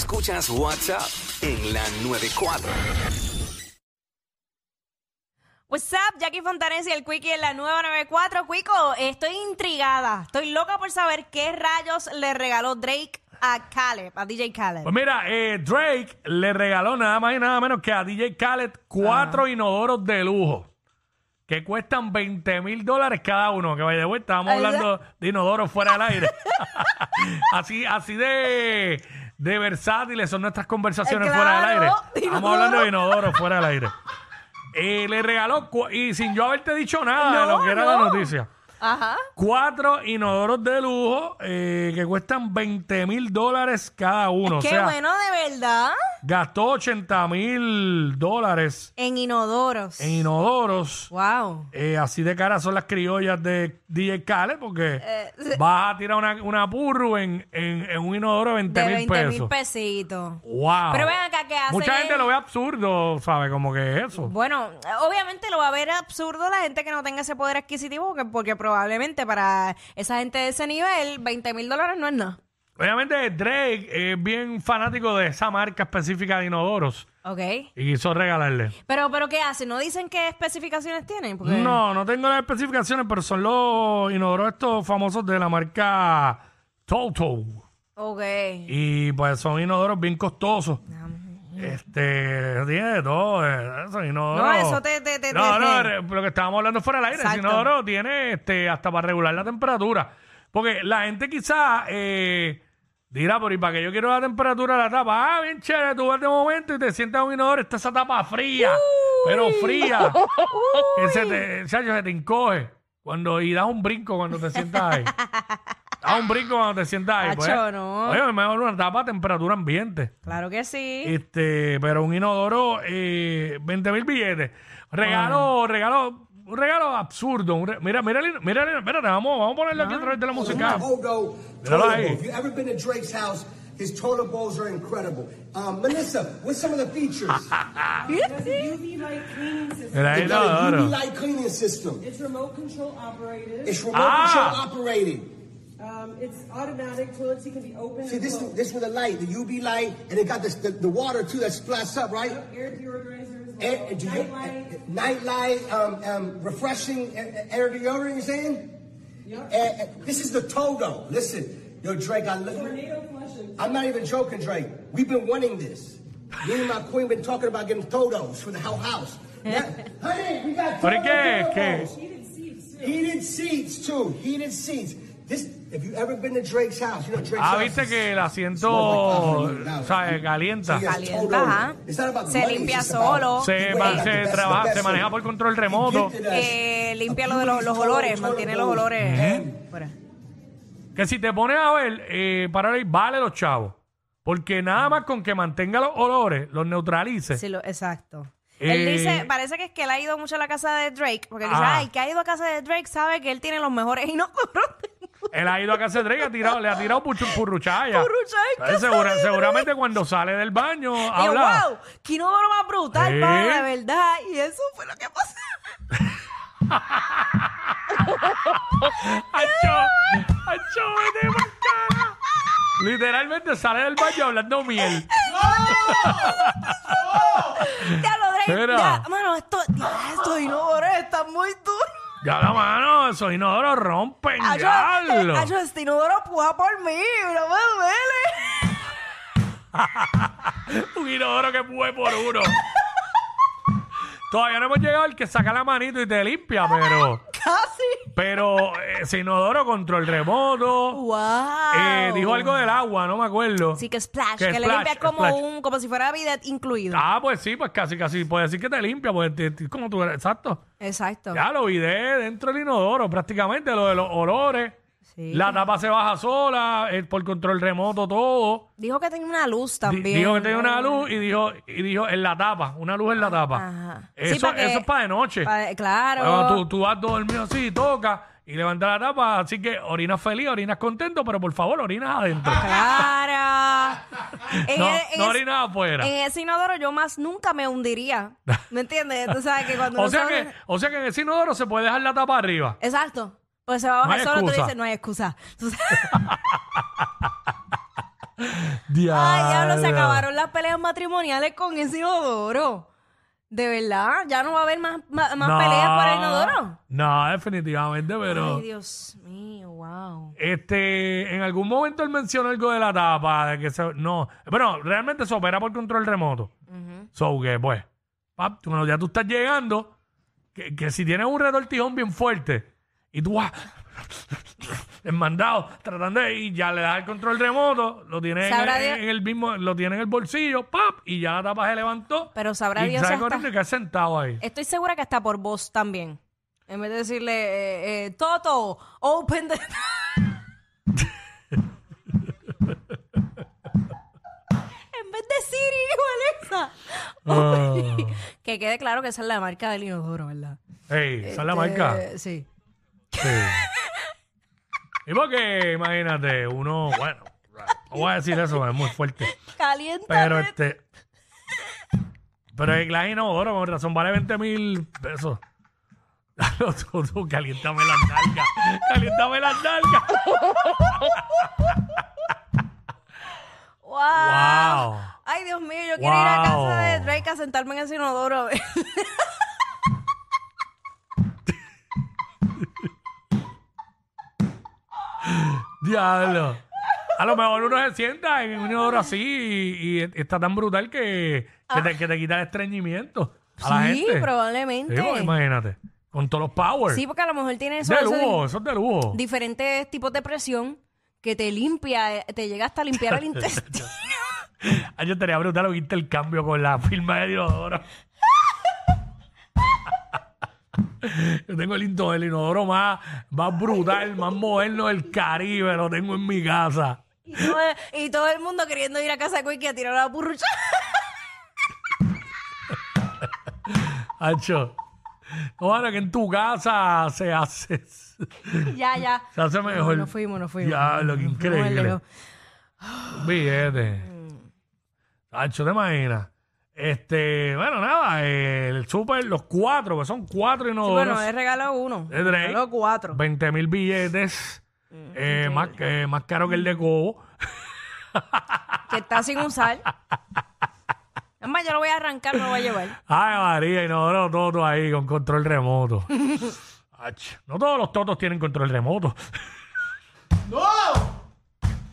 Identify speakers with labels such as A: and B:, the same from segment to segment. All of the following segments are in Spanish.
A: Escuchas WhatsApp en la 94.
B: What's up, Jackie Fontanes y el Quickie en la nueva 94. Quico, estoy intrigada. Estoy loca por saber qué rayos le regaló Drake a Caleb, a DJ Caleb.
C: Pues mira, eh, Drake le regaló nada más y nada menos que a DJ Khaled cuatro inodoros de lujo que cuestan 20 mil dólares cada uno. Que vaya de vuelta, estamos
B: Ayuda.
C: hablando de inodoros fuera del aire. así así de, de versátiles son nuestras conversaciones
B: Eh,
C: fuera del
B: claro,
C: aire. Estamos
B: inodoro.
C: hablando de inodoros fuera del aire. Eh, le regaló, cu- y sin yo haberte dicho nada de
B: No,
C: lo que era
B: no.
C: la noticia.
B: Ajá.
C: Cuatro inodoros de lujo eh, que cuestan 20 mil dólares cada uno.
B: qué
C: o sea,
B: bueno, de verdad.
C: gastó 80 mil dólares
B: En inodoros.
C: en inodoros.
B: wow.
C: Eh, así de cara son las criollas de DJ Khaled porque
B: Eh,
C: vas a tirar una, una purru en, en- en un inodoro de 20
B: De
C: mil
B: 20 mil
C: pesos.
B: pesitos.
C: Wow.
B: Pero ven acá, ¿qué hace
C: Mucha
B: él?
C: gente lo ve absurdo, ¿sabe? Como que eso.
B: Bueno, eh, obviamente lo va a ver absurdo la gente que no tenga ese poder adquisitivo, porque, porque probablemente para esa gente de ese nivel, 20 mil dólares no es nada.
C: Obviamente Drake es bien fanático de esa marca específica de inodoros
B: ¿Ok?
C: y quiso regalarle.
B: Pero, pero ¿qué hacen? ¿No dicen qué especificaciones tienen? Porque-
C: No, no tengo las especificaciones, pero son los inodoros estos famosos de la marca Toto.
B: Ok.
C: Y pues son inodoros bien costosos.
B: Ah,
C: Este, tiene de todo. eh, Son inodoros.
B: No, eso te- te- te-
C: No,
B: te- te-
C: no, re- lo que estábamos hablando fuera del aire. Ese
B: Exacto.
C: inodoro tiene este, hasta para regular la temperatura. Porque la gente quizá eh, dirá, por ¿y para qué yo quiero la temperatura de la tapa? Ah, bien chévere, tú vas de momento y te sientas en un inodoro, está esa tapa fría, pero fría. que se te, chacho, se te encoge. Cuando, y das un brinco cuando te sientas ahí. das un brinco cuando te sientas ahí. pues.
B: Chacho, no.
C: Oye, mejor una tapa a temperatura ambiente.
B: Claro que sí.
C: Este, pero un inodoro, eh, 20 mil billetes. Regalo,
B: Ah.
C: regalo, un regalo absurdo. un re- mira, mira, el in- mira, el in- espérate, vamos, vamos a ponerlo
B: Ah.
C: aquí a través de la música.
D: Odo
C: Míralo
D: totem
C: ahí.
D: bowl. If you ever been to Drake's house, his totem bowls are incredible. Um, Melissa, what's some of the features?
E: Has a UV light cleaning system.
C: Mira el
D: They got a UV
C: inodoro.
D: light cleaning system.
E: It's remote control operated.
D: It's remote
C: Ah.
D: control operated.
E: Um, it's automatic. Toilet seat can be opened.
D: See
E: and
D: this
E: closed.
D: this with the light, the UV light, and it got this, the the water too that splats up right.
E: Air deodorizer as
D: Air,
E: well.
D: Eh, do you- eh, night
E: Night light.
D: light, um, um, refreshing air, air deodorant. You saying? Eh,
E: Yep.
D: eh, this is the Toto. Listen, yo Drake, I love you.
E: Tornado flushing.
D: I'm not even joking, Drake. We've been wanting this. Me and my queen been talking about getting totos for the whole house. Now- honey, we got
C: Pero es que-
D: totos.
E: Heated seats too.
D: Heated seats too. Heated seats. This, if you ever been to Drake's house, you know Drake's
C: Ah,
D: house.
C: viste
D: is-
C: que el asiento,
D: smells like
C: o
D: $500.
C: sea, eh, calienta.
D: So he has
B: Calienta,
D: totos.
B: ajá.
D: It's not about the
B: Se
D: money,
B: limpia
D: it's just about-
B: solo.
C: Se
D: he
C: ma- se
D: got the best- the
C: trabaja-
D: best
C: se maneja
D: of
C: por
D: it.
C: control
D: He
C: remoto.
D: gifted us
B: Eh, limpia
D: a
B: lo de los, los
D: beautiful
B: olores,
D: total
B: mantiene los
D: total.
B: olores. eh,
D: And
B: Fuera.
C: Que si te pones a ver, eh, para ahí vale los chavos. Porque nada más con que mantenga los olores, los neutralice.
B: Sí, lo- exacto.
C: Eh,
B: él dice, parece que es que él ha ido mucho a la casa de Drake, porque él dice,
C: Ah.
B: ay, que ha ido a casa de Drake sabe que él tiene los mejores inodoros.
C: Él ha ido a casa de Drake, ha tirado, le ha tirado puchu- purruchaya.
B: Purruchaya en casa
C: Segura-
B: de Drake.
C: seguramente cuando sale del baño,
B: Digo,
C: habla.
B: wow, que inodoro más brutal,
C: Sí.
B: pana, de verdad. Y eso fue lo que pasó.
C: ¡Acho! ¡Acho! vete pa'l carajo! Literalmente sale del baño hablando miel.
B: Ya lo Drake,
C: Mira.
B: ya, mano, esto, ya, estos inodoros están muy duros.
C: Ya la mano, esos inodoros rompen. diablo.
B: Ayo, ayo, este inodoro puja por mí, no me duele.
C: Un inodoro que pude por uno. Todavía no hemos llegado al que saca la manito y te limpia, pero.
B: Casi.
C: Pero eh, ese inodoro control remoto.
B: Wow.
C: Eh, dijo algo del agua, no me acuerdo.
B: Sí, que splash,
C: Que
B: que, le
C: splash,
B: limpia como
C: splash.
B: un, como si fuera bidet incluido.
C: Ah, pues sí, pues casi, casi. Puede decir que te limpia, pues te- te- como tú eres. Exacto.
B: Exacto.
C: Ya lo vi de dentro del inodoro, prácticamente, lo de los olores.
B: Sí.
C: La tapa se baja sola, eh, por control remoto, todo.
B: Dijo que tenía una luz
C: Di-
B: también.
C: dijo que tenía una luz y dijo, y dijo en la tapa, una luz en la tapa.
B: Ajá. Sí,
C: Eso,
B: pa' que-
C: eso es para de noche.
B: Pa- claro.
C: Cuando tú, tú vas dormido así, toca y levanta la tapa. Así que orinas feliz, orinas contento, pero por favor, orinas adentro.
B: Ah, Claro. En
C: No,
B: el- en ese-
C: no orinas afuera.
B: En ese inodoro yo más nunca me hundiría. ¿Me entiendes? Tú sabes que cuando
C: O
B: uno
C: sea,
B: se
C: que,
B: hunde-
C: o sea que en el inodoro se puede dejar la tapa arriba.
B: Exacto. Pues se va a
C: No
B: bajar
C: hay
B: solo, tú
C: excusa.
B: dices, no hay excusa. Tú sabes- Ay,
C: Diablo.
B: diablo, se acabaron las peleas matrimoniales con ese inodoro. De verdad, ya no va a haber más, ma- más
C: No,
B: peleas para el inodoro.
C: No, definitivamente, pero.
B: Ay, Dios mío, wow.
C: Este, en algún momento él mencionó algo de la tapa, de que se, no, bueno, realmente se opera por control remoto. So que pues, pap, tú- cuando ya tú estás llegando, que, que si tienes un retortijón bien fuerte y tú vas desmandado tratando de y ya le das el control remoto, lo tienes en,
B: Sabrá
C: en-
B: Dios-
C: en el mismo, lo tienes en el bolsillo, pap, y ya la tapa se levantó.
B: Pero sabrá
C: y
B: Dios
C: sale
B: hasta-
C: corriendo y quedas sentado ahí.
B: Estoy segura que hasta por voz también. En vez de decirle, eh, eh, Toto, open the... en vez de Siri, Alexa. open-
C: Ah.
B: que quede claro que esa es la marca del inodoro, ¿verdad?
C: Ey, esa es la marca.
B: Eh, sí.
C: Sí. Y porque, imagínate, uno, bueno, no voy a decir eso, es muy fuerte.
B: Calienta.
C: Pero este. Pero el glass inodoro, con razón, vale 20 mil pesos. Dalo tú, tú, caliéntame la nalga. Caliéntame la nalga.
B: ¡Wow!
C: Wow.
B: Ay, Dios mío, yo quiero ir a casa de
C: Wow.
B: Drake a sentarme en ese inodoro.
C: Diablo. A lo mejor uno se sienta en un inodoro así y, y está tan brutal que, que, te, que te quita el estreñimiento a la
B: sí,
C: gente.
B: probablemente.
C: Sí, porque imagínate. Con todos los powers.
B: Sí, porque a lo mejor tiene eso,
C: de
B: eso de-
C: lujo, eso es de lujo.
B: diferentes tipos de presión que te limpia, eh, te llega hasta a limpiar el intestino.
C: Ay, Ah, yo estaría brutal oír el cambio con la firma de Diodoro. Yo tengo el, into- el inodoro más, más brutal, más moderno del Caribe, lo tengo en mi casa.
B: y, todo, y todo el mundo queriendo ir a casa de Quickie a tirar la burrucha.
C: Hacho. Ahora que en tu casa se hace, se
B: ya, ya.
C: hace mejor.
B: nos fuimos, nos fuimos.
C: Ya, lo que
B: Nos fuimos
C: increíble.
B: lejos. Mm.
C: Un Billete. Hacho, te imaginas. Este, bueno, nada, el super, los cuatro, que son cuatro
B: Sí,
C: inodoros.
B: bueno, he regalado uno.
C: de Eh, Drake.
B: Regaló cuatro. Mm,
C: 20 mil billetes. eh, más, eh, más caro que el de Cobo.
B: Que está sin usar. Es más, yo lo voy a arrancar, no lo voy a llevar.
C: Ay, María, y no, todo ahí con control remoto. Ach, no todos los totos tienen control remoto. ¡No!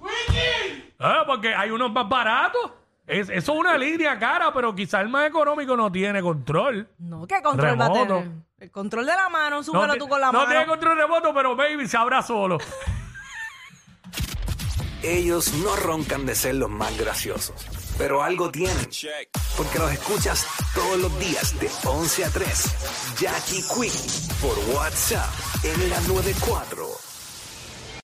C: ¡Wiki! Ah, porque hay unos más baratos. Es, eso es una línea cara, pero quizás el más económico no tiene control.
B: No, ¿qué control va a
C: Remoto.
B: tener? El control de la mano, súbelo
C: ti-
B: tú con la
C: no
B: mano.
C: tiene control remoto, pero baby se abra solo.
A: Ellos no roncan de ser los más graciosos, pero algo tienen. Porque los escuchas todos los días de 11 a 3. Jackie Quickie por WhatsApp en la 94.